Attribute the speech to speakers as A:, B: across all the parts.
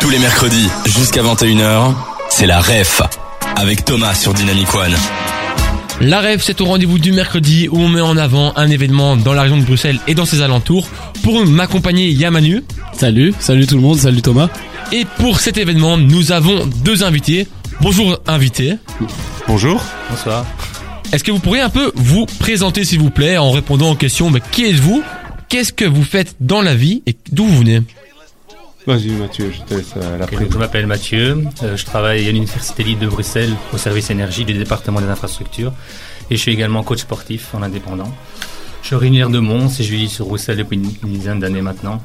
A: Tous les mercredis, jusqu'à 21h, c'est la REF, avec Thomas sur Dynamic One.
B: La rêve, c'est au rendez-vous du mercredi où on met en avant un événement dans la région de Bruxelles et dans ses alentours. Pour m'accompagner, il y a Manu.
C: Salut, salut tout le monde, salut Thomas.
B: Et pour cet événement, nous avons deux invités. Bonjour invité.
D: Bonjour.
B: Est-ce que vous pourriez un peu vous présenter s'il vous plaît en répondant aux questions mais qui êtes-vous Qu'est-ce que vous faites dans la vie et d'où vous venez
D: Vas-y Mathieu, je te laisse euh, la
E: Ok, donc
D: prise.
E: je m'appelle Mathieu, euh, je travaille à l'Université libre de Bruxelles au service énergie du département des infrastructures et je suis également coach sportif en indépendant. Je suis originaire de Mons et je vis sur Bruxelles depuis une une dizaine d'années maintenant.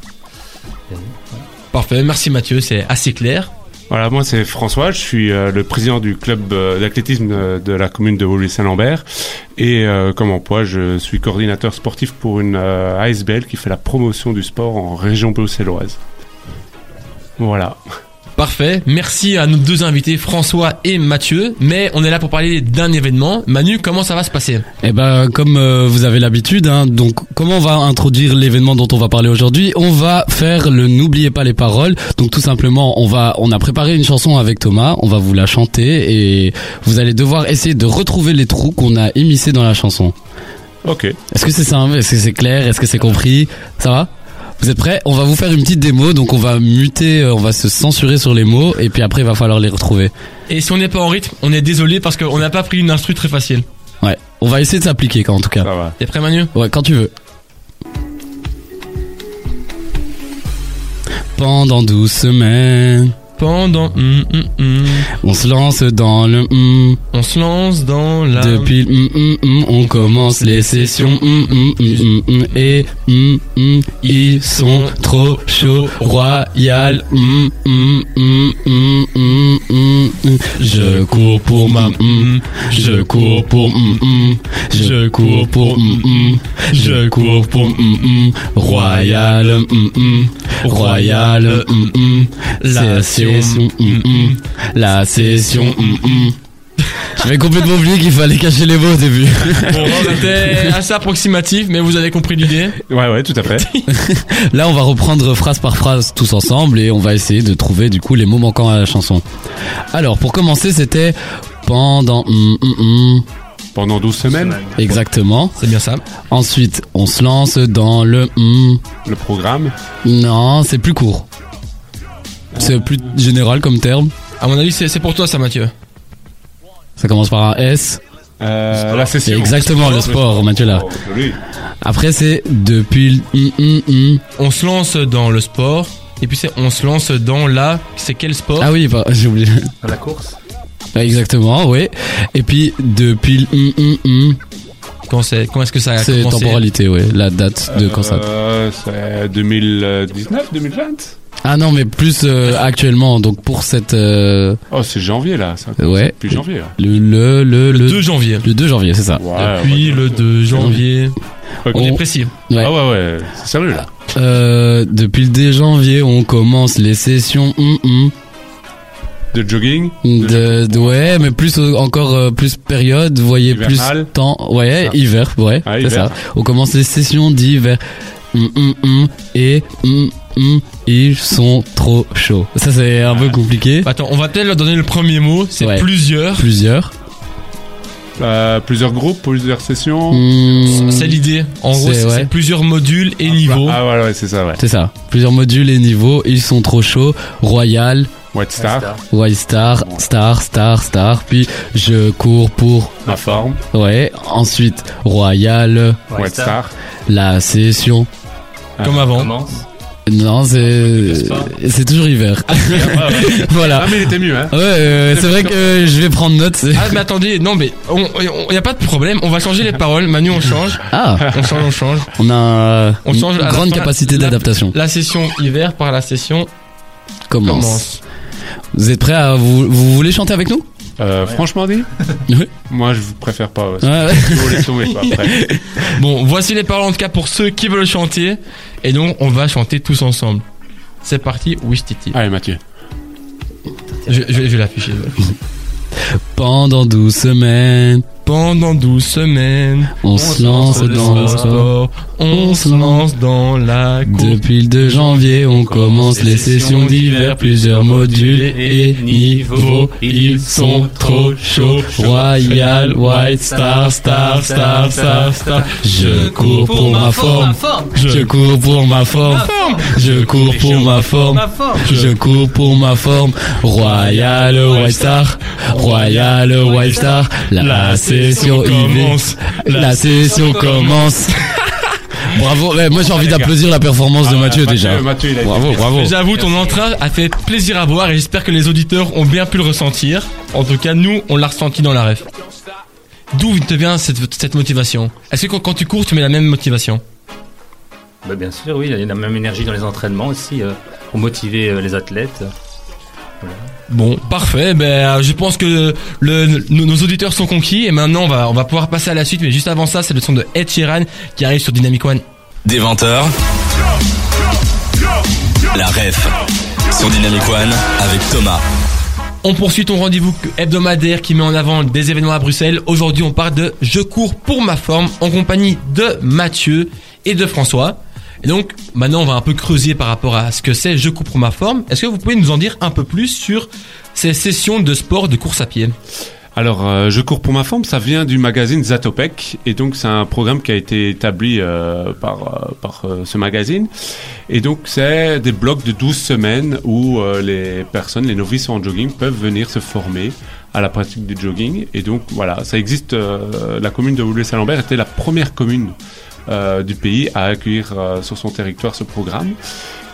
B: Parfait, merci Mathieu, c'est assez clair.
D: Voilà, moi c'est François, je suis euh, le président du club euh, d'athlétisme euh, de la commune de Woluwe-Saint-Lambert et euh, comme emploi, je suis coordinateur sportif pour une euh, ASBL qui fait la promotion du sport en région bruxelloise. Voilà.
B: Parfait, merci à nos deux invités François et Mathieu, mais on est là pour parler d'un événement. Manu, comment ça va se passer
C: Et ben comme euh, vous avez l'habitude, hein, donc comment on va introduire l'événement dont on va parler aujourd'hui On va faire le n'oubliez pas les paroles. Donc tout simplement, on va, on a préparé une chanson avec Thomas, on va vous la chanter et vous allez devoir essayer de retrouver les trous qu'on a émissés dans la chanson.
D: Ok.
C: Est-ce que c'est simple Est-ce que c'est clair Est-ce que c'est compris Ça va vous êtes prêts On va vous faire une petite démo, donc on va muter, euh, on va se censurer sur les mots, et puis après il va falloir les retrouver.
B: Et si on n'est pas en rythme, on est désolé parce qu'on n'a pas pris une instru très facile.
C: Ouais, on va essayer de s'appliquer quand en tout cas.
D: Ça va.
B: T'es prêt Manu
C: Ouais, quand tu veux. Pendant douze semaines,
B: Pendant... hum, hum, hum,
C: on se lance dans le hum.
B: on se lance dans la...
C: Depuis le hum, hum, hum, on commence les sessions hum, hum, hum, hum, hum. et hum, hum, ils sont trop chauds, royal. Hum, hum, hum, hum, hum, hum, hum. Je cours pour ma hum, je cours pour hum, hum, je cours pour hum, hum, je cours pour hum, hum. royal. hum, hum, royal. hum, hum. La session, hum, hum, la session. hum, hum. J'avais complètement oublié qu'il fallait cacher les mots au début.
B: Bon, c'était assez approximatif, mais vous avez compris l'idée.
D: Ouais, ouais, tout à fait.
C: Là, on va reprendre phrase par phrase tous ensemble et on va essayer de trouver du coup les mots manquants à la chanson. Alors, pour commencer, c'était pendant hum, hum, hum.
D: Pendant 12 semaines,
C: exactement.
B: C'est bien ça.
C: Ensuite, on se lance dans le hum.
D: le programme.
C: Non, c'est plus court. C'est plus général comme terme.
B: À mon avis, c'est c'est pour toi ça, Mathieu.
C: Ça commence par un S.
D: Euh, la
C: C'est
D: session.
C: exactement le sport, Mathieu là.
D: Oh, joli.
C: Après, c'est depuis le hum, hum, hum.
B: On se lance dans le sport. Et puis c'est on se lance dans la... C'est quel sport
C: Ah oui, bah, j'ai oublié.
E: Dans la course
C: Ouais, Exactement, oui. Et puis depuis le hum, hum, hum,
B: Quand c'est quand est-ce que ça a
C: c'est
B: commencé
C: temporalité, ouais, la date de quand ça.
D: Euh, C'est 2019, 2020
C: Ah non, mais plus euh, actuellement, donc pour cette euh,
D: Oh, c'est janvier là, ça. a
C: Ouais.
D: commencé Depuis janvier. là.
C: le le le
B: Le
C: le
B: 2 janvier.
C: le 2 janvier, c'est ça.
D: Ouais,
B: Depuis le 2 janvier.
D: ouais.
B: On est
C: On-
B: précis.
C: Ouais.
D: Ah ouais, ouais, c'est sérieux là.
C: Euh, depuis le 2 janvier, on commence les sessions hum, hum,
D: De jogging,
C: de, de- ouais, mais plus euh, encore euh, plus période, voyez plus
D: Hivernal.
C: temps, ouais,
D: Ah.
C: hiver, ouais,
D: Ah,
C: c'est
D: hiver.
C: ça. On commence les sessions d'hiver. Hum, hum, hum, et hum, hum, ils sont trop chauds. Ça c'est un peu compliqué.
B: Attends, on va peut-être leur donner le premier mot. C'est
C: Ouais.
B: plusieurs.
C: Plusieurs.
D: euh, plusieurs groupes, plusieurs sessions.
C: Hum,
B: C'est l'idée. En gros,
C: C'est-
B: c'est
C: ouais. bah,
B: c'est plusieurs modules et niveaux.
D: Ah ouais, ouais, c'est ça, ouais.
C: C'est ça. Plusieurs modules et niveaux. Ils sont trop chauds. Royal,
D: White Star,
C: White Star, Star, Star, Star. Puis je cours pour.
D: ma forme,
C: Ouais. Ensuite, Royal,
E: Ouais,
D: White Star.
C: la session. ah,
B: Comme avant.
E: Commence.
C: Non, c'est.
E: Star.
C: C'est toujours hiver. voilà.
D: Ah, mais il était mieux, hein.
C: Ouais, euh, c'est vrai que je vais prendre note.
B: Ah mais attendez, non mais on, on- y a pas de problème, on va changer les paroles, Manu on change,
C: Ah,
B: on change, on change.
C: on a euh,
B: On change
C: une
B: à la
C: grande
B: fin,
C: capacité
B: la-
C: d'adaptation.
B: La session hiver par la session
C: Commence.
B: commence.
C: Vous êtes prêts à vous, vous voulez chanter avec nous
D: Euh, Franchement dit,
C: Ouais.
D: moi je vous préfère pas. Ouais.
C: Ouais.
D: Je vous laisse tomber, quoi, après.
B: Bon, voici les paroles en tout cas pour ceux qui veulent chanter et donc on va chanter tous ensemble. C'est parti, Wish Titi.
D: Allez, Mathieu.
B: Je, je, je vais l'afficher.
C: Pendant 12 semaines,
B: Pendant 12 semaines,
C: on, se lance
E: lance
C: dans
E: dans
C: le
E: le
C: sport.
B: sport, on se lance dans la cour.
C: Depuis le 2 janvier, on commence les sessions d'hiver, plusieurs modules et niveaux. Ils sont trop chauds. Royal, White Star, Star, Star, Star, Star. Je cours pour ma forme. Je cours pour ma forme. Je cours pour ma forme. Je cours pour ma forme. Royal, White Star. Royal, White Star. La session hiver. La session commence. Ah, Bravo, Ouais, moi j'ai envie d'applaudir Ah, la performance de Mathieu déjà.
D: Ah, Mathieu, il a été
C: Bravo, bravo.
B: J'avoue, ton entrain a fait plaisir à boire et j'espère que les auditeurs ont bien pu le ressentir. En tout cas, nous, on l'a ressenti dans la ref. D'où te vient cette, cette motivation Est-ce que quand, quand tu cours, tu mets la même motivation
E: Bah, bien sûr, oui, il y a la même énergie dans les entraînements aussi euh, pour motiver euh, les athlètes.
B: Bon, parfait. Ben, euh, je pense que le, nos, nos auditeurs sont conquis et maintenant on va, on va pouvoir passer à la suite. Mais juste avant ça, c'est le son de Ed Sheeran qui arrive sur Dynamic One.
A: Des 20h, la ref sur Dynamic One avec Thomas.
B: On poursuit ton rendez-vous hebdomadaire qui met en avant des événements à Bruxelles. Aujourd'hui, on parle de Je cours pour ma forme en compagnie de Mathieu et de François. Et donc, maintenant, on va un peu creuser par rapport à ce que c'est Je cours pour ma forme. Est-ce que vous pouvez nous en dire un peu plus sur ces sessions de sport de course à pied
D: Alors, euh, Je cours pour ma forme, ça vient du magazine Zatopek, et donc c'est un programme qui a été établi euh, par, euh, par euh, ce magazine. Et donc, c'est des blocs de 12 semaines où euh, les personnes, les novices en jogging, peuvent venir se former à la pratique du jogging. Et donc, voilà, ça existe. euh, la commune de Woluwe-Salambert était la première commune euh, du pays à accueillir euh, sur son territoire ce programme.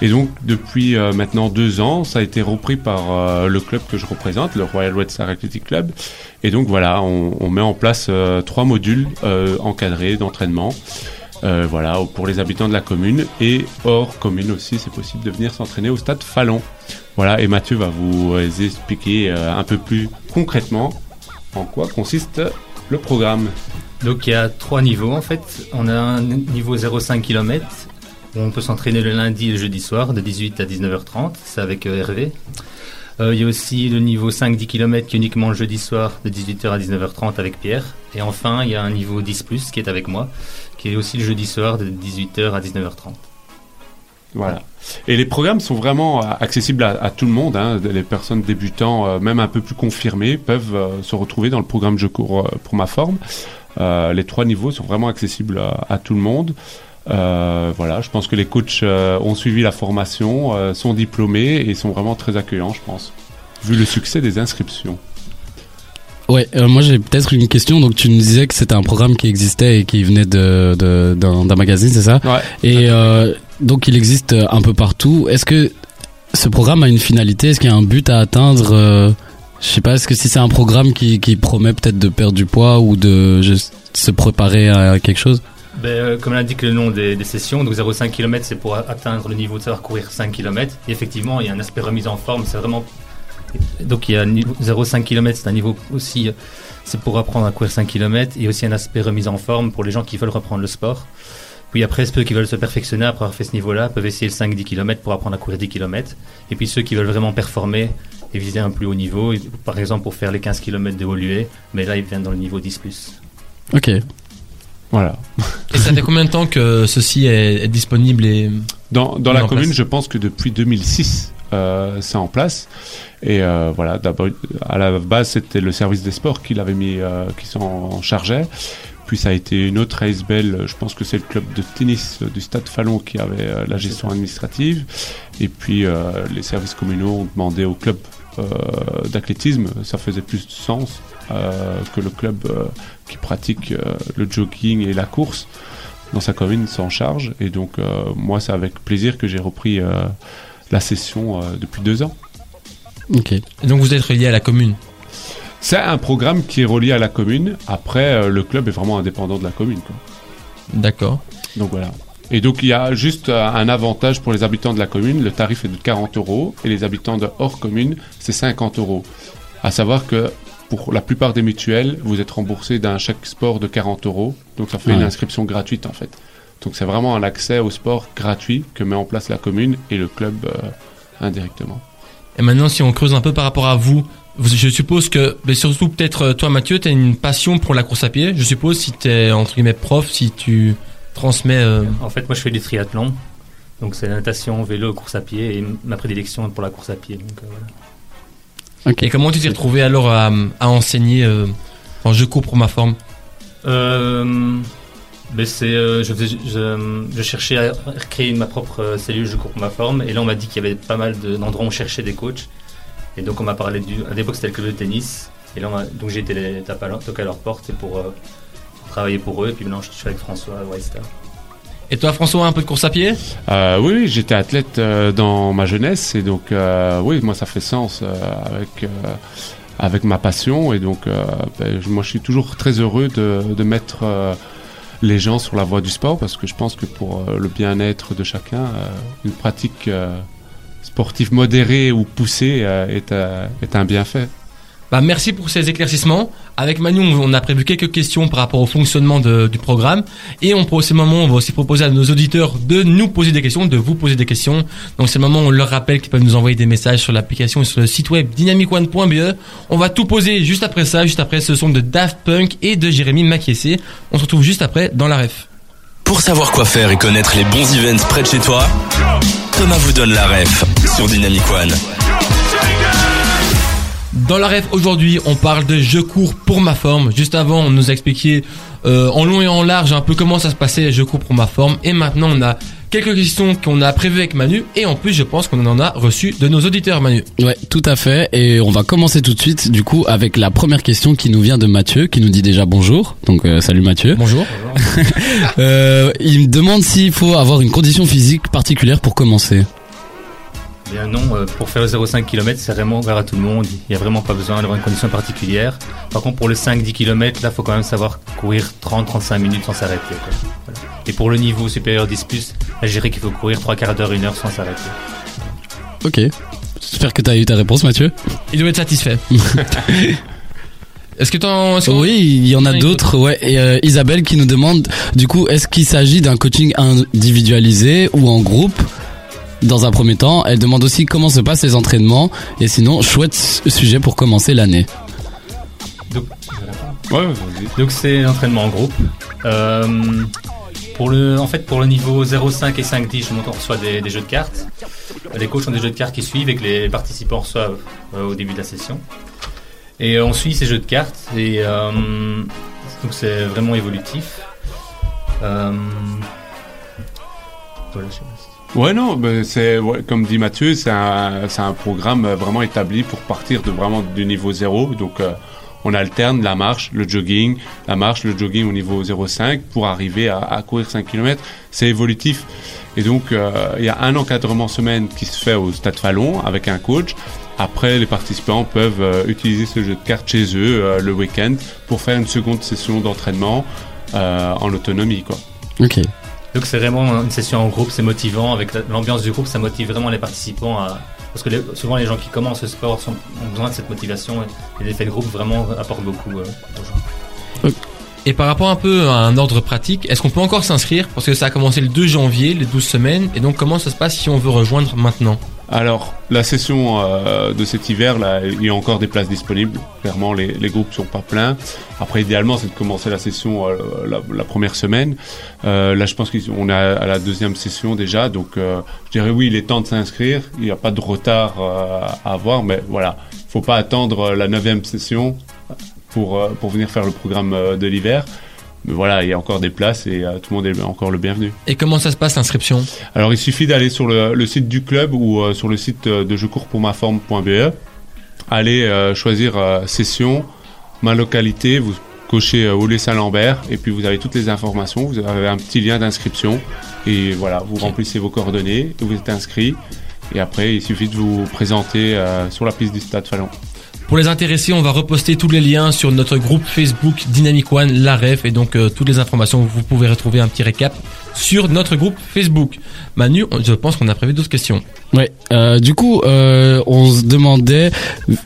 D: Et donc, depuis euh, maintenant deux ans, ça a été repris par euh, le club que je représente, le Royal West Star Athletic Club. Et donc, voilà, on, on met en place euh, trois modules euh, encadrés d'entraînement. euh, voilà, pour les habitants de la commune et hors commune aussi, c'est possible de venir s'entraîner au stade Fallon. Voilà, et Mathieu va vous euh, expliquer euh, un peu plus concrètement en quoi consiste le programme.
E: Donc il y a trois niveaux en fait. On a un niveau 0,5 km où on peut s'entraîner le lundi et le jeudi soir de 18 à 19h30, c'est avec euh, Hervé. Euh, il y a aussi le niveau 5-10 km qui est uniquement le jeudi soir de 18h à 19h30 avec Pierre. Et enfin il y a un niveau 10 ⁇ qui est avec moi, qui est aussi le jeudi soir de 18h à 19h30.
D: Voilà. Et les programmes sont vraiment euh, accessibles à, à tout le monde. hein. Les personnes débutants, euh, même un peu plus confirmées, peuvent euh, se retrouver dans le programme Je cours euh, pour ma forme. Euh, les trois niveaux sont vraiment accessibles à, à tout le monde. Euh, voilà, je pense que les coachs euh, ont suivi la formation, euh, sont diplômés et sont vraiment très accueillants, je pense. Vu le succès des inscriptions.
C: Ouais, euh, moi j'ai peut-être une question. Donc tu nous disais que c'était un programme qui existait et qui venait de de- d'un d'un magazine, c'est ça
D: Ouais.
C: Et euh, donc il existe euh, un peu partout. Est-ce que ce programme a une finalité Est-ce qu'il y a un but à atteindre euh, Je sais pas. Est-ce que si c'est un programme qui qui promet peut-être de perdre du poids ou de juste se préparer à quelque chose
E: Ben, euh, comme l'indique le nom des, des sessions, donc 0,5 km c'est pour a- atteindre le niveau de savoir courir 5 km. Et effectivement, il y a un aspect remise en forme, c'est vraiment. Donc il y a le niveau- 0,5 km, c'est un niveau aussi. euh, C'est pour apprendre à courir 5 km. Il y a aussi un aspect remise en forme pour les gens qui veulent reprendre le sport. Puis après, ceux qui veulent se perfectionner après avoir fait ce niveau-là peuvent essayer le 5-10 km pour apprendre à courir 10 km. Et puis ceux qui veulent vraiment performer et viser un plus haut niveau, et par exemple pour faire les 15 km d'évoluer, mais là ils viennent dans le niveau 10+.
C: Ok.
D: Voilà.
B: Et ça fait combien de temps que ceci est, est disponible et
D: Dans, dans
B: Mis
D: la
B: en
D: commune,
B: place.
D: je pense que depuis 2006, euh, c'est en place. Et euh, voilà, d'abord, à la base, c'était le service des sports qui l'avait mis, euh, qui s'en chargeait. Puis ça a été une autre ASBL, je pense que c'est le club de tennis euh, du Stade Fallon qui avait euh, la gestion administrative. Et puis euh, les services communaux ont demandé au club euh, d'athlétisme, ça faisait plus de sens euh, que le club euh, qui pratique euh, le jogging et la course dans sa commune s'en charge. Et donc, euh, moi, c'est avec plaisir que j'ai repris euh, la session euh, depuis deux ans.
C: Ok.
B: et donc vous êtes relié à la commune
D: C'est un programme qui est relié à la commune. Après, euh, le club est vraiment indépendant de la commune. quoi.
B: D'accord.
D: Donc voilà. Et donc, il y a juste euh, un avantage pour les habitants de la commune. Le tarif est de 40 euros et les habitants de hors commune, c'est 50 euros. À savoir que pour la plupart des mutuelles, vous êtes remboursé d'un chèque sport de 40 euros. Donc, ça fait une
C: Ouais.
D: inscription gratuite en fait. Donc, c'est vraiment un accès au sport gratuit que met en place la commune et le club euh, indirectement.
B: Et maintenant, si on creuse un peu par rapport à vous, vous- je suppose que, mais surtout peut-être euh, toi Mathieu, tu as une passion pour la course à pied. Je suppose si tu es entre guillemets prof, si tu transmet euh,
E: En fait, moi, je fais du triathlon. Donc, c'est natation, vélo, course à pied. Et ma prédilection est pour la course à pied. Donc, euh, voilà.
C: Ok.
B: Et comment tu t'es retrouvé alors à, à enseigner euh, en je cours pour ma forme
E: Euh, mais c'est, euh, je, faisais- je, je cherchais à créer ma propre euh, cellule, je cours pour ma forme. Et là, on m'a dit qu'il y avait pas mal de- d'endroits où on cherchait des coachs. Et donc, on m'a parlé du. À l'époque, c'était le club de tennis. Et là, on m'a- donc j'ai été les- taper à leur- toquer à leur porte et pour euh, travailler pour eux. Et puis maintenant, je suis avec François Weistar.
B: Et toi François, un peu de course à pied
D: Euh, oui, oui, j'étais athlète euh, dans ma jeunesse et donc euh, oui, moi ça fait sens euh, avec euh, avec ma passion et donc euh, ben, je- moi je suis toujours très heureux de, de mettre euh, les gens sur la voie du sport parce que je pense que pour euh, le bien-être de chacun, euh, une pratique euh, sportive modérée ou poussée euh, est, euh, est un bienfait.
B: Bah, merci pour ces éclaircissements. Avec Manu, on- on a prévu quelques questions par rapport au fonctionnement de- du programme. Et on, pour ce moment, on va aussi proposer à nos auditeurs de nous poser des questions, de vous poser des questions. Donc c'est le moment où on leur rappelle qu'ils peuvent nous envoyer des messages sur l'application et sur le site web dynamicone.be. E. On va tout poser juste après ça, juste après ce son de Daft Punk et de Jérémy Maquiessé. On se retrouve juste après dans la ref.
A: Pour savoir quoi faire et connaître les bons events près de chez toi, Thomas vous donne la ref sur Dynamic One.
B: Dans la ref aujourd'hui, on parle de je cours pour ma forme. Juste avant, on nous a expliqué euh, en long et en large un peu comment ça se passait je cours pour ma forme. Et maintenant, on a quelques questions qu'on a prévues avec Manu. Et en plus, je pense qu'on en a reçu de nos auditeurs, Manu.
C: Ouais, tout à fait. Et on va commencer tout de suite, du coup, avec la première question qui nous vient de Mathieu, qui nous dit déjà bonjour. Donc, euh, salut Mathieu.
B: Bonjour.
C: Euh, il me demande s'il faut avoir une condition physique particulière pour commencer.
E: Bien non, euh, pour faire le 0,5 km, c'est vraiment ouvert à tout le monde. Il n'y a vraiment pas besoin d'avoir une condition particulière. Par contre, pour le 5-10 km, là, faut quand même savoir courir 30-35 minutes sans s'arrêter. quoi. Voilà. Et pour le niveau supérieur 10 plus, là, je dirais qu'il faut courir 3 quarts d'heure, 1 heure sans s'arrêter.
C: Ok. J'espère que t'as eu ta réponse, Mathieu.
B: Il doit être satisfait. Est-ce que t'en... est-ce qu'on-
C: Oui, il y en a
B: Oui,
C: d'autres. Ouais. Et euh, Isabelle qui nous demande, du coup, est-ce qu'il s'agit d'un coaching individualisé ou en groupe dans un premier temps, elle demande aussi comment se passent les entraînements et sinon chouette sujet pour commencer l'année.
E: Donc,
D: Ouais, vas-y.
E: donc c'est l'entraînement en groupe. Euh, pour le, en fait, pour le niveau 0,5 et 5-10, je monte, on reçoit des, des jeux de cartes. Les coachs ont des jeux de cartes qui suivent et que les participants reçoivent euh, au début de la session. Et euh, on suit ces jeux de cartes et euh, donc c'est vraiment évolutif. Euh, voilà, je sais pas si-
D: Ouais, non, ben, c'est ouais, comme dit Mathieu, c'est un, c'est un programme euh, vraiment établi pour partir de vraiment du niveau zéro. Donc, euh, on alterne la marche, le jogging, la marche, le jogging au niveau 0,5 pour arriver à, à courir 5 km. C'est évolutif. Et donc, euh, il y a un encadrement semaine qui se fait au Stade Fallon avec un coach. Après, les participants peuvent euh, utiliser ce jeu de cartes chez eux euh, le week-end pour faire une seconde session d'entraînement euh, en autonomie, quoi.
C: Ok.
E: Donc c'est vraiment une session en groupe, c'est motivant. Avec la- l'ambiance du groupe, ça motive vraiment les participants à. Parce que les- souvent les gens qui commencent le sport sont- ont besoin de cette motivation et, et l'effet de groupe vraiment apporte beaucoup euh, aux gens.
B: Et par rapport un peu à un ordre pratique, est-ce qu'on peut encore s'inscrire Parce que ça a commencé le 2 janvier, les 12 semaines. Et donc, comment ça se passe si on veut rejoindre maintenant
D: Alors, la session euh, de cet hiver, là, il y a encore des places disponibles. Clairement, les, les groupes sont pas pleins. Après, idéalement, c'est de commencer la session euh, la, la première semaine. Euh, là, je pense qu'on est à, à la deuxième session déjà. Donc, euh, je dirais oui, il est temps de s'inscrire. Il n'y a pas de retard euh, à avoir. Mais voilà, faut pas attendre euh, la neuvième session pour, euh, pour venir faire le programme euh, de l'hiver. Mais voilà, il y a encore des places et euh, tout le monde est encore le bienvenu.
B: Et comment ça se passe l'inscription
D: Alors il suffit d'aller sur le, le site du club ou euh, sur le site euh, de jecourspourmaforme.be, aller E. euh, choisir euh, session, ma localité, vous cochez euh, Olé Saint-Lambert et puis vous avez toutes les informations, vous avez un petit lien d'inscription et voilà, vous remplissez vos coordonnées, vous êtes inscrit et après il suffit de vous présenter euh, sur la piste du Stade Fallon.
B: Pour les intéressés, on va reposter tous les liens sur notre groupe Facebook Dynamic One, la ref, et donc euh, toutes les informations, vous pouvez retrouver un petit récap sur notre groupe Facebook. Manu, on- je pense qu'on a prévu d'autres questions.
C: Ouais. euh, du coup, euh, on se demandait,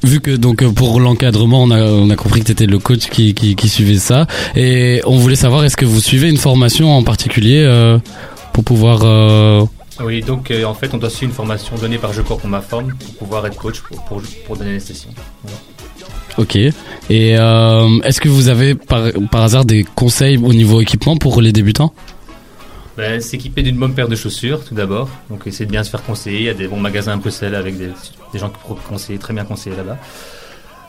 C: vu que donc euh, pour l'encadrement, on a, on a compris que t'étais le coach qui, qui, qui suivait ça, et on voulait savoir est-ce que vous suivez une formation en particulier euh, pour pouvoir. euh,
E: Oui, donc euh, en fait, on doit suivre une formation donnée par Je Corps pour ma forme pour pouvoir être coach pour, pour, pour donner les sessions.
C: ok. Et euh, est-ce que vous avez par, par hasard des conseils au niveau équipement pour les débutants
E: Ben, S'équiper d'une bonne paire de chaussures, tout d'abord. Donc, essayer de bien se faire conseiller. Il y a des bons magasins à Bruxelles avec des, des gens qui pro- conseillent, très bien conseillés là-bas.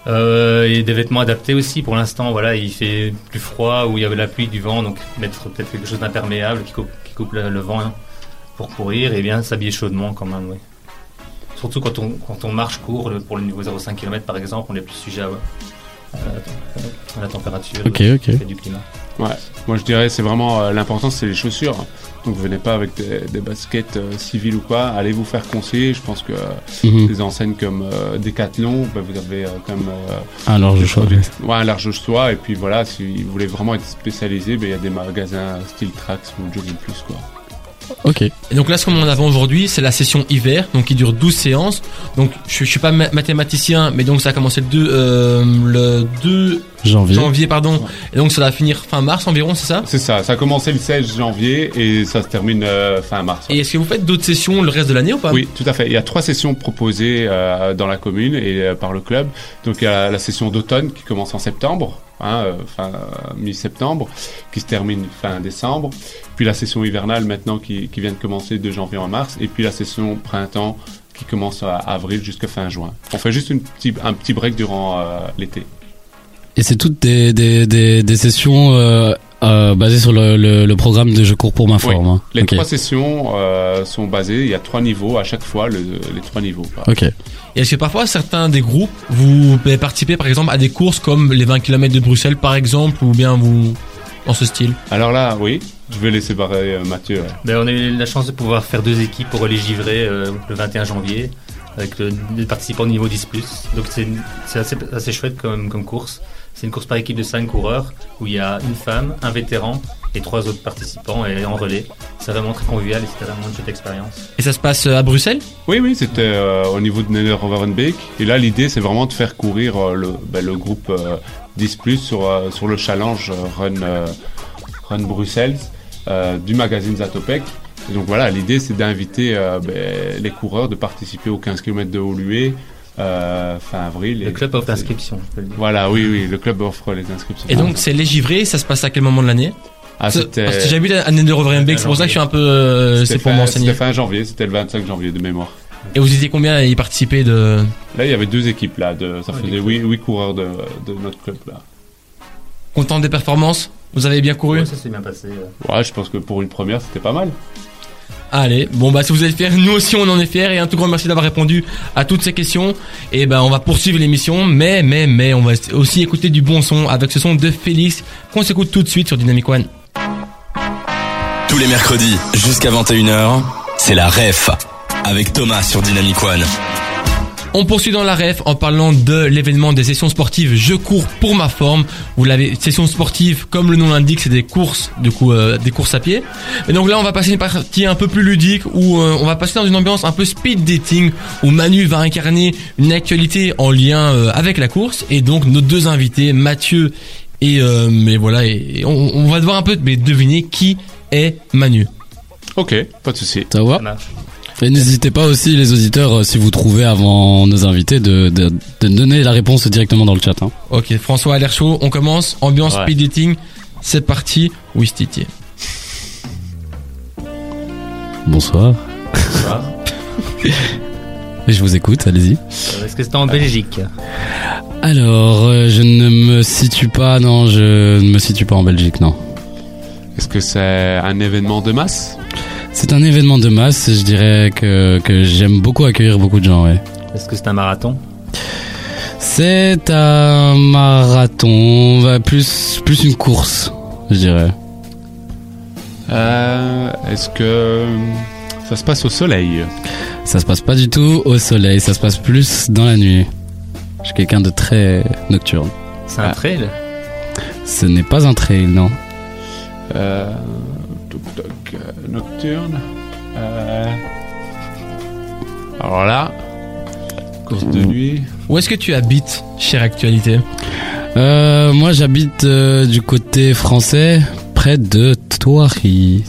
E: Euh, et des vêtements adaptés aussi. Pour l'instant, voilà, il fait plus froid ou il y avait de la pluie, du vent, donc mettre peut-être quelque chose d'imperméable qui coupe, qui coupe le, le vent hein, pour courir et bien s'habiller chaudement quand même. oui. Surtout quand on, quand on marche court, le- pour le niveau 0,5 km par exemple, on est plus sujet à, à la- à la température
C: Ok,
E: euh,
C: ok.
E: du fait du climat.
D: Moi, je dirais, c'est vraiment euh, l'important, c'est les chaussures. Donc, venez pas avec des, des baskets euh, civiles ou quoi. Allez vous faire conseiller. Je pense que euh,
C: Mhm.
D: des enseignes comme euh, Decathlon, bah, vous avez euh, quand même euh,
C: Alors je
D: des
C: choisis.
D: produits- ouais, un large choix. Et puis voilà, si vous voulez vraiment être spécialisé, bah, il y a des magasins style Trax ou Jogging Plus quoi.
C: Ok.
B: Et donc là, ce qu'on en avant aujourd'hui, c'est la session hiver, donc qui dure 12 séances. Donc je, je suis pas ma- mathématicien, mais donc ça a commencé le 2, euh, le 2
C: Janvier.
B: janvier, pardon. Et donc ça va finir fin mars environ, c'est ça
D: C'est ça. Ça a commencé le 16 janvier et ça se termine euh, fin mars.
B: Et est-ce que vous faites d'autres sessions le reste de l'année ou pas
D: Oui, tout à fait. Il y a trois sessions proposées euh, dans la commune et euh, par le club. Donc il y a la session d'automne qui commence en septembre, hein, euh, fin euh, mi-septembre, qui se termine fin décembre. Puis la session hivernale maintenant qui, qui vient de commencer de janvier en mars. Et puis la session printemps qui commence à avril jusqu'à fin juin. On fait juste une petite- un petit break durant euh, l'été.
C: Et c'est toutes des, des, des, des sessions euh, euh, basées sur le, le, le programme de Je cours pour ma forme. hein.
D: Les
C: Ok.
D: trois sessions euh, sont basées, il y a trois niveaux à chaque fois, le- les trois niveaux. quoi.
C: Ok.
B: Et est-ce que parfois certains des groupes, vous pouvez participer par exemple à des courses comme les 20 km de Bruxelles par exemple, ou bien vous... dans ce style
D: Alors là, oui, je vais laisser parler euh, Mathieu. ouais.
E: Ben, on a eu la chance de pouvoir faire deux équipes pour les givrer euh, le 21 janvier avec le- les participants de niveau 10+. Donc c'est une- c'est assez, assez chouette comme, comme course. C'est une course par équipe de 5 coureurs où il y a une femme, un vétéran et trois autres participants et en relais. C'est vraiment très convivial et c'était vraiment une chouette expérience.
B: Et ça se passe euh, à Bruxelles
D: Oui, oui, c'était euh, au niveau de Nenner Overbeek. Et là, l'idée, c'est vraiment de faire courir euh, le, bah, le groupe euh, 10 plus sur, euh, sur le challenge euh, Run, euh, Run Bruxelles euh, du magazine Zatopek. Et donc voilà, l'idée, c'est d'inviter euh, bah, les coureurs de participer aux 15 km de haut euh, fin avril.
E: Le
D: Et-
E: club offre l'inscription, je peux le dire.
D: Voilà, oui, oui, le club offre les inscriptions.
B: Et donc c'est les givrés, ça se passe à quel moment de l'année
D: ah,
B: Parce
D: c'était-
B: parce que j'habite à Nenderovrembeek, c'est pour ça que je suis un peu... euh,
D: c'était
B: c'est pour
D: fin-
B: m'enseigner.
D: C'était fin janvier, c'était le 25 janvier de mémoire.
B: Et vous étiez combien à y participer de...
D: Là, il y avait deux équipes, là, de, ça
B: Ah,
E: Ouais,
D: faisait
E: des
D: 8, coureurs de, de notre club, là.
B: Content des performances Vous avez bien couru
E: Ouais, ça s'est bien passé. euh.
D: Ouais, je pense que pour une première, c'était pas mal.
B: Allez, bon bah si vous êtes fiers, nous aussi on en est fiers et un tout grand merci d'avoir répondu à toutes ces questions. Et ben on va poursuivre l'émission, mais mais mais on va aussi écouter du bon son avec ce son de Félix qu'on s'écoute tout de suite sur Dynamic One.
A: Tous les mercredis jusqu'à 21h, c'est la ref avec Thomas sur Dynamic One.
B: On poursuit dans la ref en parlant de l'événement des sessions sportives Je cours pour ma forme. Vous l'avez, sessions sportives, comme le nom l'indique, c'est des courses, du coup, euh, des courses à pied. Et donc là, on va passer une partie un peu plus ludique où euh, on va passer dans une ambiance un peu speed dating où Manu va incarner une actualité en lien euh, avec la course. Et donc nos deux invités, Mathieu et euh, mais voilà, et, et on, on va devoir un peu mais deviner qui est Manu.
D: Ok, pas de souci.
C: Ça va
E: Ça marche.
C: Et n'hésitez pas aussi, les auditeurs, euh, si vous trouvez avant nos invités, de, de, de donner la réponse directement dans le chat. Hein.
B: Ok, François a l'air chaud. On commence. Ambiance
E: Ouais.
B: speed dating. C'est parti. Oui, Titi.
C: Bonsoir.
E: Bonsoir.
C: Je vous écoute, allez-y.
E: Euh, Est-ce que c'était en Belgique
C: Alors, euh, je ne me situe pas, non, je ne me situe pas en Belgique, non.
D: Est-ce que c'est un événement de masse
C: C'est un événement de masse, je dirais que, que j'aime beaucoup accueillir beaucoup de gens, ouais.
E: Est-ce que c'est un marathon
C: C'est un marathon, va plus, plus une course, je dirais.
D: euh, Est-ce que euh, ça se passe au soleil
C: Ça se passe pas du tout au soleil, ça se passe plus dans la nuit. Je suis quelqu'un de très nocturne.
E: C'est un
C: Ah.
E: trail
C: Ce n'est pas un trail, non.
D: euh, toc, toc, euh, Nocturne euh... Alors là, course de nuit.
B: Où est-ce que tu habites, chère actualité
C: Euh, moi j'habite euh, du côté français, près de Thoiry.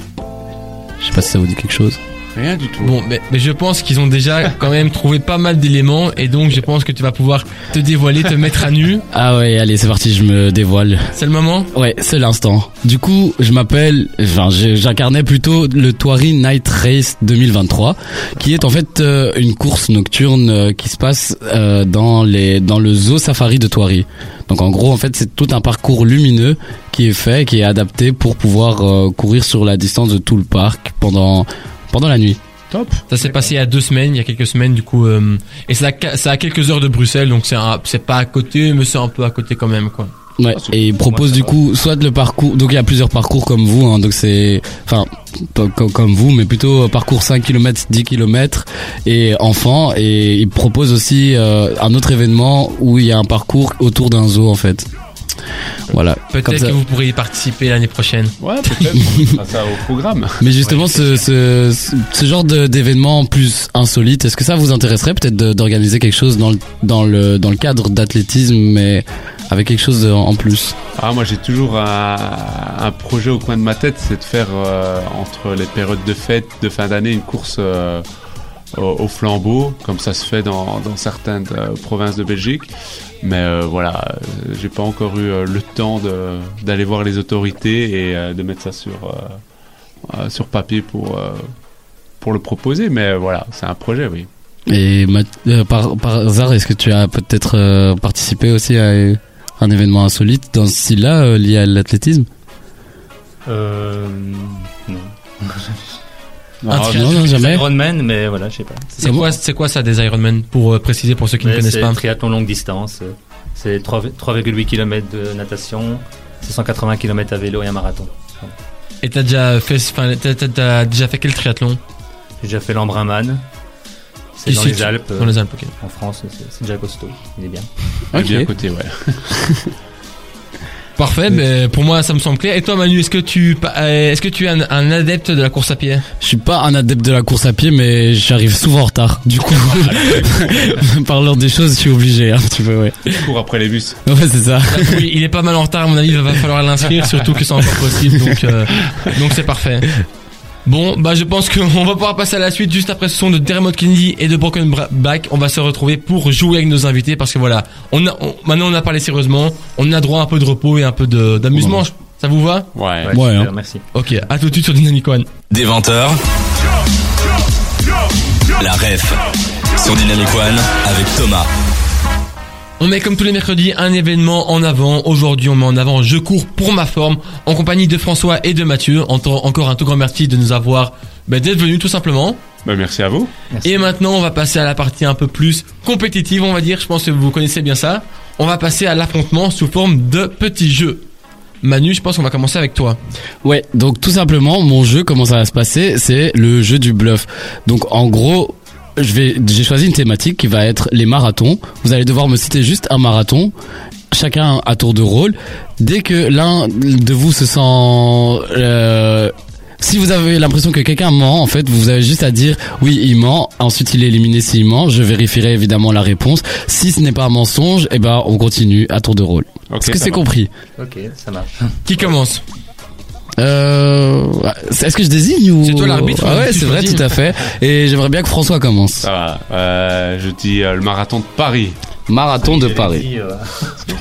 C: Je sais pas si ça vous dit quelque chose.
D: Rien du tout.
B: Bon, mais, mais je pense qu'ils ont déjà quand même trouvé pas mal d'éléments et donc je pense que tu vas pouvoir te dévoiler, te mettre à nu.
C: Ah ouais, allez, c'est parti, je me dévoile.
B: C'est le moment
C: Ouais, c'est l'instant. Du coup, je m'appelle, enfin, je- j'incarnais plutôt le Toari Night Race 2023, qui est en fait euh, une course nocturne euh, qui se passe euh, dans les dans le zoo safari de Toiri. Donc en gros, en fait, c'est tout un parcours lumineux qui est fait, qui est adapté pour pouvoir euh, courir sur la distance de tout le parc pendant pendant la nuit.
D: Top.
B: Ça s'est passé il y a deux semaines, il y a quelques semaines du coup. euh, et c'est à, ca- c'est à quelques heures de Bruxelles, donc c'est un- c'est pas à côté, mais c'est un peu à côté quand même quoi.
C: Ouais,
D: Ah, c'est-
C: et il propose
E: ça
C: du
E: va.
C: coup soit le parcours, donc il y a plusieurs parcours comme vous, hein, donc c'est, enfin, pas co- comme vous, mais plutôt euh, parcours 5 km, 10 km et enfants, et il propose aussi euh, un autre événement où il y a un parcours autour d'un zoo en fait. Voilà. Comme
B: Peut-être
C: ça.
B: que vous pourrez y participer l'année prochaine.
D: Ouais, peut-être. on fera ça au programme.
C: Mais justement, ce, ce, ce- ce genre de- d'événement plus insolite, est-ce que ça vous intéresserait peut-être de- d'organiser quelque chose dans le, dans le, dans le cadre d'athlétisme, mais avec quelque chose de- en plus
D: Ah, moi, j'ai toujours un, un projet au coin de ma tête, c'est de faire euh, entre les périodes de fête, de fin d'année, une course euh, au, au flambeau, comme ça se fait dans, dans certaines euh, provinces de Belgique. Mais euh, voilà, euh, j'ai pas encore eu euh, le temps de- d'aller voir les autorités et euh, de mettre ça sur, euh, euh, sur papier pour, euh, pour le proposer. Mais euh, voilà, c'est un projet, oui.
C: Et Math- euh, par, par hasard, est-ce que tu as peut-être euh, participé aussi à euh, un événement insolite dans ce style-là euh, lié à l'athlétisme
E: Euh, non.
B: Un
D: Ah,
B: tri-
C: Non, non, jamais.
E: Ironman, mais voilà, je sais pas.
B: C'est quoi, c'est quoi ça des Ironman pour euh, préciser pour ceux qui ne
E: Mais
B: connaissent
E: C'est
B: pas
E: un triathlon longue distance. euh, C'est 3 3,8 km de natation, c'est 180 km à vélo et un marathon.
B: Et t'as déjà fait, enfin, t'as- t'as- t'as déjà fait quel triathlon
E: J'ai déjà fait l'Embrunman. C'est
B: Ici,
E: dans les
B: tu-
E: Alpes, euh,
B: Dans les Alpes, ok.
E: en France, c'est- c'est déjà costaud. Il est bien.
D: c'est bien
C: Ok.
D: côté, ouais.
B: Parfait, ben, pour moi ça me semble clair. Et toi Manu, est-ce que tu pa- euh, est-ce que tu es un, un adepte de la course à pied
C: Je suis pas un adepte de la course à pied, mais j'arrive souvent en retard. Du coup, par l'ordre des choses, je suis obligé un petit peu, ouais.
D: Je cours après les bus.
C: Ouais, c'est ça.
B: Oui, il est pas mal en retard à mon avis, il va falloir l'inscrire, surtout que c'est encore possible, donc euh, donc c'est parfait. Bon, bah je pense qu'on va pouvoir passer à la suite juste après ce son de Dermot Kennedy et de Broken Bra- Back. On va se retrouver pour jouer avec nos invités parce que voilà, on a on- maintenant on a parlé sérieusement, on a droit à un peu de repos et un peu de- d'amusement.
C: Ouais.
B: Je- Ça vous va
D: Ouais.
E: Ouais,
C: Ouais,
E: super,
C: hein.
E: merci.
B: Ok, à tout de suite sur Dynamic One.
A: Des 20h. La ref sur Dynamic One avec Thomas.
B: On met comme tous les mercredis un événement en avant. Aujourd'hui, on met en avant Je cours pour ma forme en compagnie de François et de Mathieu. En- Encore un tout grand merci de nous avoir bah, d'être venus tout simplement.
D: Bah, merci à vous.
E: Merci.
B: Et maintenant, on va passer à la partie un peu plus compétitive, on va dire. Je pense que vous connaissez bien ça. On va passer à l'affrontement sous forme de petits jeux. Manu, je pense qu'on va commencer avec toi.
C: Ouais, donc tout simplement, mon jeu, comment ça va se passer, c'est le jeu du bluff. Donc en gros, je vais, j'ai choisi une thématique qui va être les marathons. Vous allez devoir me citer juste un marathon, chacun à tour de rôle. Dès que l'un de vous se sent... euh, si vous avez l'impression que quelqu'un ment, en fait, vous avez juste à dire oui, il ment. Ensuite, il est éliminé s'il ment. Je vérifierai évidemment la réponse. Si ce n'est pas un mensonge, eh ben, on continue à tour de rôle.
D: Ok,
C: Est-ce que
D: ça
C: c'est
D: va.
C: compris
E: Ok, ça marche.
B: Qui commence
C: euh, Est-ce que je désigne ou
B: C'est toi l'arbitre,
C: Ah
B: hein,
C: ouais,
B: tu
C: c'est vrai,
B: choisis.
C: tout à fait. Et j'aimerais bien que François commence.
D: Ça va. Euh, je dis euh, le marathon de Paris.
C: Marathon de Paris.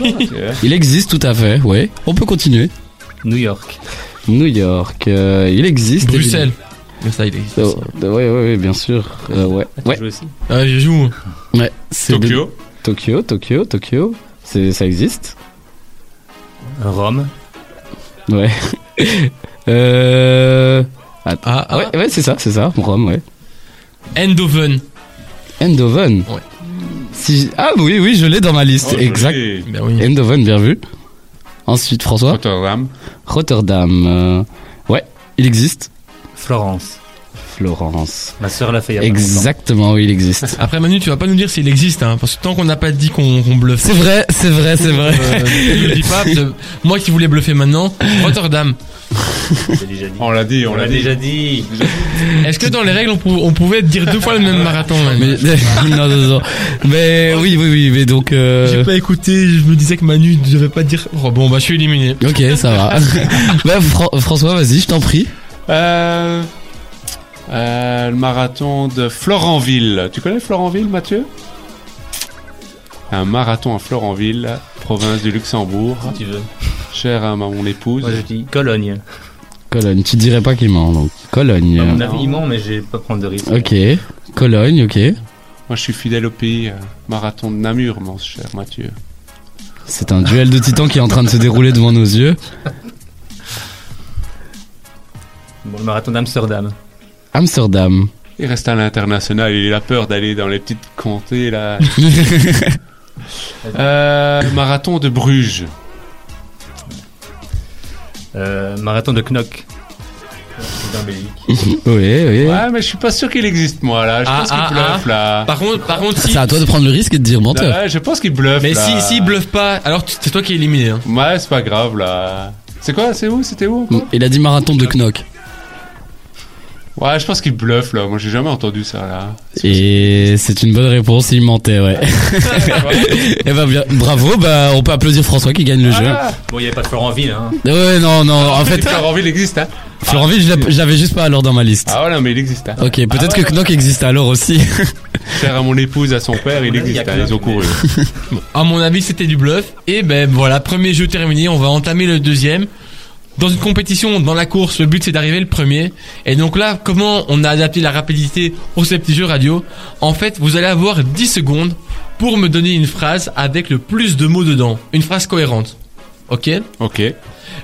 E: Ici, euh,
C: Il existe tout à fait, oui. On peut continuer.
E: New York.
C: New York, euh, il existe. Euh,
B: Bruxelles. Mais ça, il existe.
C: Oui, oui, bien sûr. Euh, ouais.
E: Tu joues aussi
B: Ouais, Euh, je joue.
C: ouais. c'est de-
D: Tokyo.
C: Tokyo, Tokyo, Tokyo. C'est- Ça existe.
E: Rome.
C: Ouais. euh...
B: Ah, ah.
C: Ouais, ouais, c'est ça, c'est ça. Rome, ouais.
B: Eindhoven.
C: Eindhoven.
B: Ouais.
C: Si... Ah oui, oui, je l'ai dans ma liste.
D: Oh, joli.
C: exact.
B: Ben oui.
C: Eindhoven, bien vu. Ensuite, François.
D: Rotterdam.
C: Rotterdam. euh, Ouais, il existe.
E: Florence.
C: Florence.
E: Ma sœur l'a fait il y a pas
C: Exactement, oui, il existe.
B: Après Manu, tu vas pas nous dire s'il existe, hein, parce que tant qu'on n'a pas dit qu'on qu'on bluffe.
C: C'est vrai, c'est vrai, c'est vrai.
B: Euh, ne le dis pas, parce que moi qui voulais bluffer maintenant, Rotterdam.
E: longtemps. Je l'ai déjà dit.
D: On l'a dit, on, l'a dit.
E: déjà dit.
B: Est-ce que dans les règles, on, pou- on pouvait dire deux fois le même marathon
C: Mais,
B: Manu
C: non, non, non. Mais oui, oui, oui, mais donc. euh,
B: pas écouté, je me disais que Manu ne devait pas dire. Oh, bon, bah je suis éliminé.
C: Ok, ça va. Bah, Fran- François, vas-y, je t'en prie.
D: Euh, Euh, le marathon de Florenville. Tu connais Florenville, Mathieu Un marathon à Florenville, province du Luxembourg.
E: Si tu veux.
D: Cher à ma- mon épouse.
E: Moi, je dis Cologne.
C: Cologne, tu dirais pas qu'il ment, donc. Cologne.
E: À mon avis, il ment, mais je vais pas prendre de risque.
C: Ok. Cologne, ok.
D: Moi, je suis fidèle au pays. euh, Marathon de Namur, mon cher Mathieu.
C: C'est un duel de titans qui est en train de se dérouler devant nos yeux.
E: Bon, le marathon d'Amsterdam.
C: Amsterdam.
D: Il reste à l'international. Il a peur d'aller dans les petites comtés, là. Euh, le marathon de Bruges.
E: Euh, marathon de Knock. C'est en Belgique.
C: oui, oui.
D: Ouais, mais je suis pas sûr qu'il existe, moi, là. Je
B: Ah,
D: pense qu'il
B: ah,
D: bluffe, là.
B: Par contre, par contre, si.
C: C'est à toi de prendre le risque et de dire menteur.
D: Ouais, je pense qu'il bluffe,
B: Mais
D: là.
B: si, si, bluffe pas. Alors, tu- c'est toi qui es éliminé. Hein.
D: Ouais, c'est pas grave, là. C'est quoi C'est où C'était où
B: Mm.
D: encore
C: Il a dit marathon de Knock.
D: Ouais, je pense qu'il bluffe, là. Moi, j'ai jamais entendu ça, là.
C: Et c'est une bonne réponse, il mentait, ouais. Eh ben, bien, bravo, bah, on peut applaudir François qui gagne le jeu.
D: Ah,
E: Bon, il n'y avait pas Florentville, hein.
C: Ouais, non, non, en fait,
D: Florenville existe, hein
C: Florenville, je l'ai- j'avais juste pas alors dans ma liste.
D: Ah voilà, mais il existe. Hein.
C: Ok, peut-être que Knock existe alors aussi.
D: Cher à mon épouse, à son père, il
E: Ouais, il y
D: existe.
E: a
D: hein,
E: que
D: ils ont
E: là,
D: couru.
B: À mon avis, c'était du bluff. Et ben voilà, premier jeu terminé. On va entamer le deuxième. Dans une compétition, dans la course, le but c'est d'arriver le premier. Et donc là, comment on a adapté la rapidité pour ces petits jeux radio En fait, vous allez avoir 10 secondes pour me donner une phrase avec le plus de mots dedans. Une phrase cohérente. Ok
D: Ok.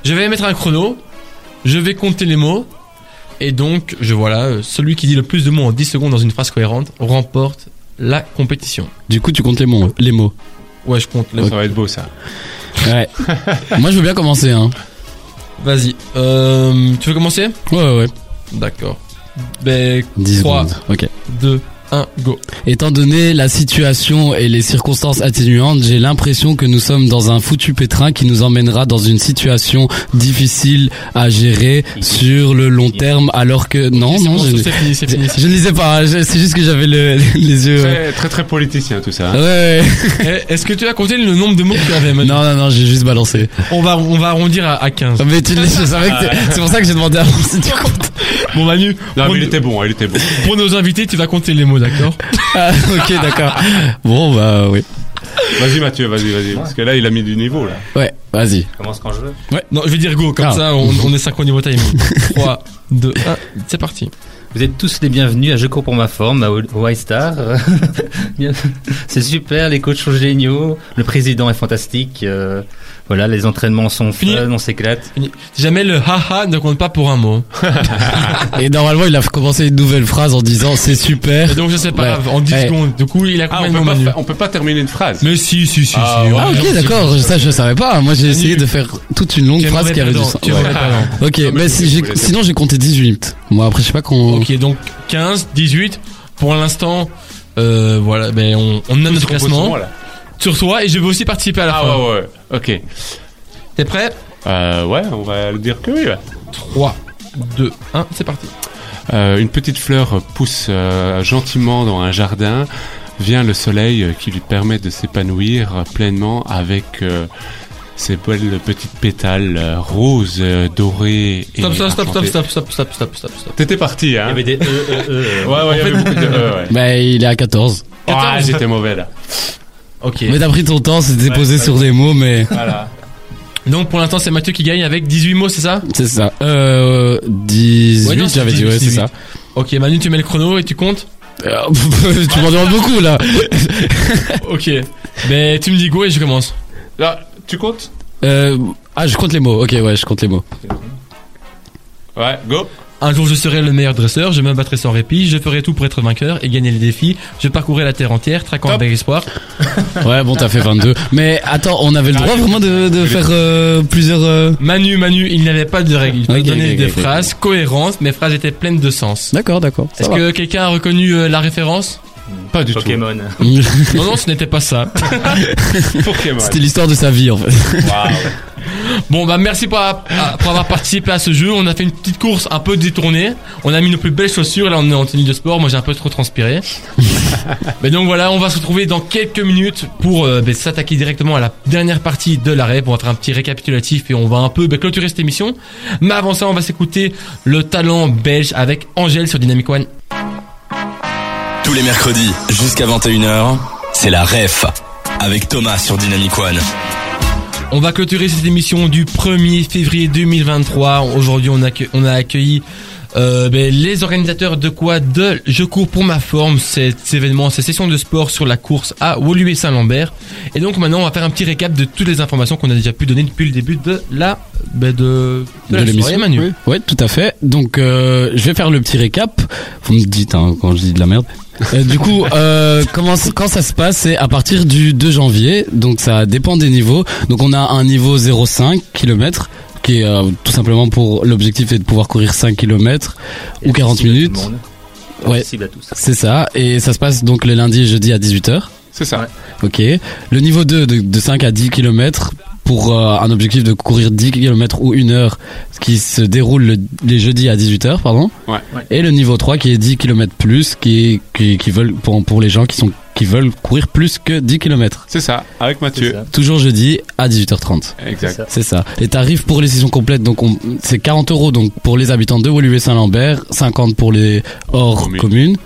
B: Je vais mettre un chrono. Je vais compter les mots. Et donc, je voilà, euh, celui qui dit le plus de mots en 10 secondes dans une phrase cohérente remporte la compétition.
C: Du coup, tu comptes les mots. Les mots.
B: Ouais, je compte les
D: Ça va être beau ça.
C: Ouais. Moi, je veux bien commencer, hein.
B: Vas-y. Euh, tu veux commencer
C: Ouais, ouais, ouais.
B: D'accord. Ben,
C: 10
B: Trois.
C: secondes. Ok.
B: 2, 1, go.
C: Étant donné la situation et les circonstances atténuantes, j'ai l'impression que nous sommes dans un foutu pétrin qui nous emmènera dans une situation difficile à gérer sur le long terme, alors que Ah non,
B: C'est
C: non,
B: bon,
C: je,
B: c'est fini, c'est
C: je,
B: fini.
C: je ne lisais pas. hein, je- C'est juste que j'avais le- les yeux. Ouais.
D: Très, très très politicien tout ça. hein.
C: Ah Ouais,
B: Eh, Est-ce que tu as compté le nombre de mots que tu avais
C: ouais.
B: maintenant
C: Non, non, non, j'ai juste balancé.
B: On va, on va arrondir à, à 15.
C: Mais tu le je savais que t'es- c'est pour ça que j'ai demandé avant si tu comptes.
B: Bon, Manu,
D: Non
B: pour,
D: mais il était bon, hein, il était bon.
B: pour nos invités, tu vas compter les mots, d'accord
C: Ah, ok, d'accord. Bon, bah oui.
D: Vas-y Mathieu, vas-y, vas-y. Parce que là il a mis du niveau là.
C: Ouais, vas-y.
E: Je Commence quand je veux.
B: Non, je vais dire go, comme
C: Ah.
B: ça on, on est synchro niveau timing. 3, 2, 1, c'est parti.
E: Vous êtes tous les bienvenus à Je cours pour ma forme, à Y-Star. C'est super, les coachs sont géniaux, le président est fantastique. euh, voilà, les entraînements sont
B: Fini.
E: fun, on s'éclate.
B: Fini. Jamais le haha ne compte pas pour un mot. hein.
C: Et normalement, il a commencé une nouvelle phrase en disant c'est super.
B: Et donc je sais pas,
C: Ouais.
B: grave, en 10
C: Ouais.
B: secondes, du coup il a
D: Ah,
B: combien
D: on
B: de mots
D: peut, pas,
B: Manu
D: fa- on peut pas terminer une phrase.
B: Mais si, si, si,
D: Ah,
B: si.
D: ouais.
C: Ah ok d'accord, ça je savais pas, moi j'ai essayé de faire toute une longue
B: Tu es
C: phrase
B: mauvais
C: qui avait du
B: perdant,
C: sens.
B: tu es
C: Ouais.
B: mauvais perdant.
C: Ok,
D: Non, mais
C: bah,
D: je
C: si
D: voulais
C: j'ai-
D: laisser-
C: sinon j'ai compté 18. Moi après je sais pas qu'on...
B: Ok, donc 15, 18. Pour l'instant, euh, voilà, ben on, on a notre classement
D: Là.
B: sur toi et je vais aussi participer à la
D: Ah
B: fin.
D: ouais ouais. Ok.
B: T'es prêt
D: Euh, ouais, on va le dire que oui. ouais.
B: 3, 2, 1, c'est parti.
D: Euh, une petite fleur pousse euh, gentiment dans un jardin. Vient le soleil euh, qui lui permet de s'épanouir euh, pleinement avec euh, ses belles petites pétales euh, roses, euh, dorées et
B: Stop, stop, stop, stop,
D: argentées.
B: stop, stop, stop, stop, stop, stop.
D: T'étais parti, hein
E: Il y avait des E, E, E.
D: Ouais, ouais, il y avait beaucoup de... ouais, ouais.
C: Bah il est à 14.
D: Ah,
B: 14.
D: j'étais mauvais, là.
B: Ok.
C: Mais t'as pris ton temps, c'était
D: Ouais,
C: posé
D: ouais.
C: sur des mots mais
D: Voilà.
B: Donc pour l'instant c'est Mathieu qui gagne avec 18 mots, c'est ça
C: c'est ça. Euh... 18
B: Ouais, non, c'est
C: j'avais dit,
B: 18,
C: ouais c'est ça.
B: Ok, Manu tu mets le chrono et tu comptes
C: Euh, tu m'en demandes beaucoup là.
B: Ok. Ben tu me dis go et je commence.
D: Là, tu comptes
C: Euh... Ah je compte les mots, ok ouais je compte les mots.
D: Ouais, go.
B: Un jour je serai le meilleur dresseur, je me battrai sans répit, je ferai tout pour être vainqueur et gagner les défis, je parcourrai la terre entière, traquant
D: Top.
B: avec espoir.
C: Ouais bon t'as fait 22. Mais attends, on avait le droit vraiment de, de faire euh, plusieurs... euh,
B: Manu, Manu, il n'avait pas de règles. Il te
C: Ok,
B: donnait
C: ok,
B: des
C: ok, ok.
B: phrases cohérentes, mes phrases étaient pleines de sens.
C: D'accord d'accord. ça
B: Est-ce
C: va.
B: que quelqu'un a reconnu euh, la référence
D: Pas du
E: Pokémon.
B: Non, non, ce n'était pas ça.
D: tout. Pokémon.
C: C'était l'histoire de sa vie en fait.
D: Waouh.
B: Bon bah merci pour, à- à- pour avoir participé à ce jeu. On a fait une petite course un peu détournée. On a mis nos plus belles chaussures. Là on est en tenue de sport. Moi j'ai un peu trop transpiré. Mais donc voilà, on va se retrouver dans quelques minutes pour euh, bah, s'attaquer directement à la dernière partie de la rep. On va faire un petit récapitulatif et on va un peu bah, clôturer cette émission. Mais avant ça, on va s'écouter le talent belge avec Angèle sur Dynamic One.
A: Tous les mercredis jusqu'à 21h, c'est la ref avec Thomas sur Dynamic One.
B: On va clôturer cette émission du 1er février 2023. Aujourd'hui, on, accue- on a accueilli euh, ben, les organisateurs de quoi De Je cours pour ma forme, cet événement, cette session de sport sur la course à Woluwe Saint-Lambert. Et donc maintenant, on va faire un petit récap de toutes les informations qu'on a déjà pu donner depuis le début de la, ben, de, de la soirée, Manu.
C: Oui. Ouais, tout à fait. Donc, euh, je vais faire le petit récap. Vous me dites hein, quand je dis de la merde. Euh, du coup, euh, comment, quand ça se passe, c'est à partir du 2 janvier. Donc, ça dépend des niveaux. Donc, on a un niveau 0,5 km qui est euh, tout simplement pour l'objectif est de pouvoir courir 5 km ou 40 minutes. Ouais.
E: Ouais. Cible à tous.
C: C'est ça. Et ça se passe donc les lundis et jeudis à 18h.
D: C'est ça.
E: Ouais.
C: Ok. Le niveau 2 de, de 5 à 10 km pour euh, un objectif de courir 10 km ou 1 heure, ce qui se déroule le- les jeudis à 18h, pardon.
D: Ouais.
E: Ouais.
C: Et le niveau 3 qui est 10 km plus, qui, est- qui, qui veulent, pour, pour les gens qui, sont, qui veulent courir plus que 10 km.
D: C'est ça. Avec
E: C'est
D: Mathieu.
E: ça.
C: Toujours jeudi à 18h30.
E: C'est
D: Exact.
E: ça.
C: C'est ça. Les tarifs pour les sessions complètes, donc on- c'est 40 euros donc pour les habitants de Woluwe Saint-Lambert, 50 pour les hors
D: Commune.
C: communes.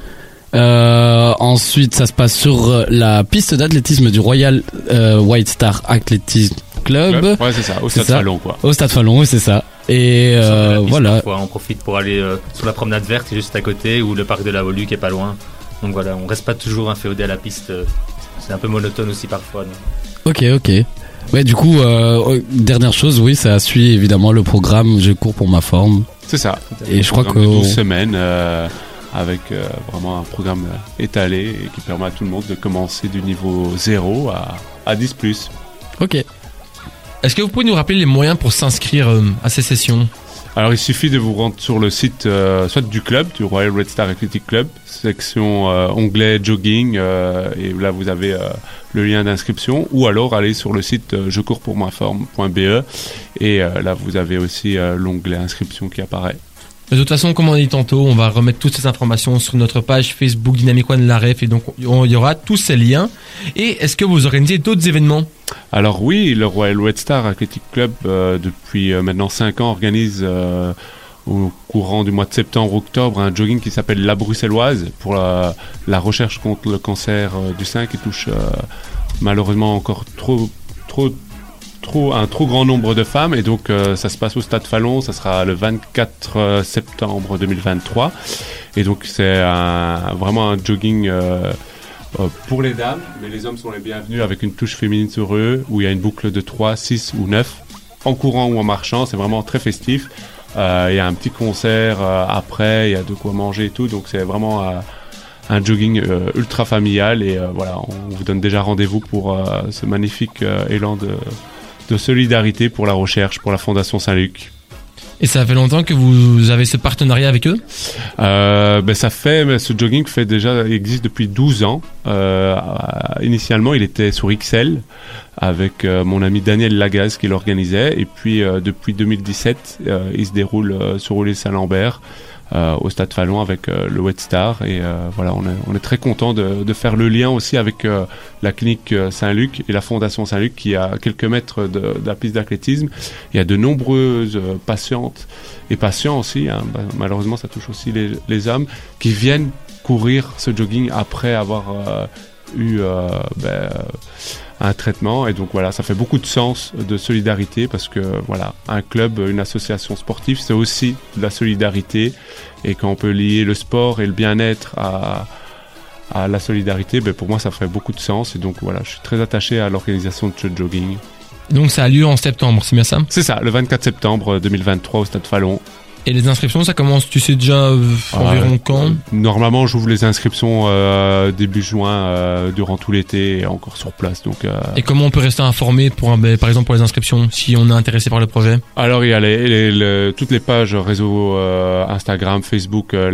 C: Euh, ensuite, ça se passe sur euh, la piste d'athlétisme du Royal euh, White Star Athletism Club,
D: Ouais, c'est ça. Au
C: C'est
D: stade
C: ça.
D: Fallon, quoi.
C: au Stade Fallon, oui, c'est ça. Et
E: Sur la
C: euh,
E: piste,
C: voilà.
E: parfois, On profite pour aller euh, sur la promenade verte qui est juste à côté ou le parc de la Volu qui est pas loin. Donc voilà, on reste pas toujours inféodé à la piste. euh, C'est un peu monotone aussi parfois. donc.
C: Ok, ok. Ouais, du coup, euh, dernière chose, oui, ça suit évidemment le programme. Je cours pour ma forme.
D: C'est ça.
C: Et je crois que
D: Programme de 12 semaines euh, avec euh, vraiment un programme euh, étalé et qui permet à tout le monde de commencer du niveau 0 à, à 10 plus.
C: ok.
B: Est-ce que vous pouvez nous rappeler les moyens pour s'inscrire euh, à ces sessions
D: Alors il suffit de vous rendre sur le site euh, soit du club, du Royal Red Star Athletic Club, section euh, onglet jogging, euh, et là vous avez euh, le lien d'inscription, ou alors aller sur le site euh, jecourspourmaforme.be, E, et euh, là vous avez aussi euh, l'onglet inscription qui apparaît.
B: De toute façon, comme on a dit tantôt, on va remettre toutes ces informations sur notre page Facebook Dynamic One La Ref et donc on- il y aura tous ces liens. Et est-ce que vous organisez d'autres événements
D: Alors oui, le Royal Red Star Athletic Club, euh, depuis euh, maintenant 5 ans, organise euh, au courant du mois de septembre-octobre un jogging qui s'appelle La Bruxelloise pour la, la recherche contre le cancer euh, du sein qui touche euh, malheureusement encore trop, trop, trop, un trop grand nombre de femmes. Et donc euh, ça se passe au Stade Fallon, ça sera le 24 euh, septembre 2023. Et donc c'est un- vraiment un jogging... euh, euh, pour les dames, mais les hommes sont les bienvenus avec une touche féminine sur eux, où il y a une boucle de 3, 6 ou 9, en courant ou en marchant, c'est vraiment très festif. Euh, Il y a un petit concert euh, après, il y a de quoi manger et tout, donc c'est vraiment euh, un jogging euh, ultra familial et euh, voilà, on vous donne déjà rendez-vous pour euh, ce magnifique euh, élan de, de solidarité pour la recherche, pour la Fondation Saint-Luc.
B: Et ça fait longtemps que vous avez ce partenariat avec eux
D: Euh, ben ça fait, mais ce jogging fait déjà, il existe depuis 12 ans. Euh, initialement, il était sur XL avec euh, mon ami Daniel Lagaz qui l'organisait. Et puis, euh, depuis 2017, euh, il se déroule euh, sur Roulé Saint-Lambert euh, au Stade Fallon avec euh, le Wet Star. Et euh, voilà, on est, on est très content de, de faire le lien aussi avec euh, la clinique euh, Saint-Luc et la Fondation Saint-Luc qui est à quelques mètres de, de la piste d'athlétisme. Il y a de nombreuses euh, patientes et patients aussi, hein, bah, malheureusement ça touche aussi les, les hommes, qui viennent courir ce jogging après avoir euh, eu euh, ben, euh, un traitement. Et donc voilà, ça fait beaucoup de sens de solidarité parce que voilà, un club, une association sportive, c'est aussi de la solidarité. Et quand on peut lier le sport et le bien-être à à la solidarité, ben, pour moi ça fait beaucoup de sens et donc voilà, je suis très attaché à l'organisation de ce jogging.
B: Donc ça a lieu en septembre, c'est bien ça
D: C'est ça, le 24 septembre 2023 au Stade Fallon.
B: Et les inscriptions, ça commence, tu sais déjà euh, environ
D: Ouais.
B: quand
D: Normalement, j'ouvre les inscriptions euh, début juin, euh, durant tout l'été et encore sur place. Donc, euh,
B: Et comment on peut rester informé pour un- ben, par exemple pour les inscriptions si on est intéressé par le projet
D: alors il y a les, les- le- toutes les pages réseau euh, Instagram, Facebook, euh,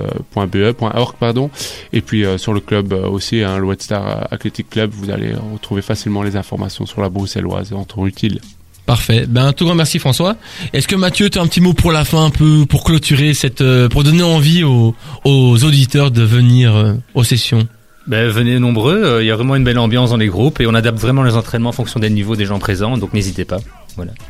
D: labruxelloise.be.org pardon. Et puis euh, sur le club euh, aussi, hein, le Wetstar Athletic Club, vous allez retrouver facilement les informations sur la bruxelloise, en temps utile.
B: Parfait. Ben, un tout grand merci François. Est-ce que Mathieu, tu as un petit mot pour la fin, un peu pour clôturer cette, euh, pour donner envie aux, aux auditeurs de venir euh, aux sessions
E: Ben, venez nombreux, euh, il y a vraiment une belle ambiance dans les groupes et on adapte vraiment les entraînements en fonction des niveaux des gens présents, donc n'hésitez pas.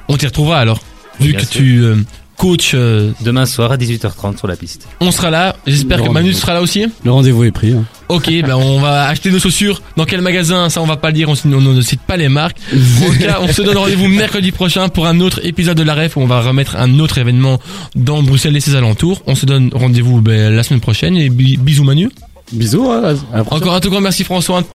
B: On t'y retrouvera alors, vu
E: Bien
B: que
E: sûr.
B: tu euh, coaches. euh,
E: Demain soir à 18h30 sur la piste.
B: on sera là. J'espère
C: Non,
B: que
C: mais-
B: Manu sera là aussi.
C: Le rendez-vous est pris. hein.
B: Ok, ben on va acheter nos chaussures. Dans quel magasin Ça, on va pas le dire. On, s- on ne cite pas les marques. En tout cas, on se donne rendez-vous mercredi prochain pour un autre épisode de la ref où on va remettre un autre événement dans Bruxelles et ses alentours. On se donne rendez-vous ben, la semaine prochaine et bi- bisous Manu.
C: Bisous. hein, à- à la prochaine.
B: Encore un tout grand merci François.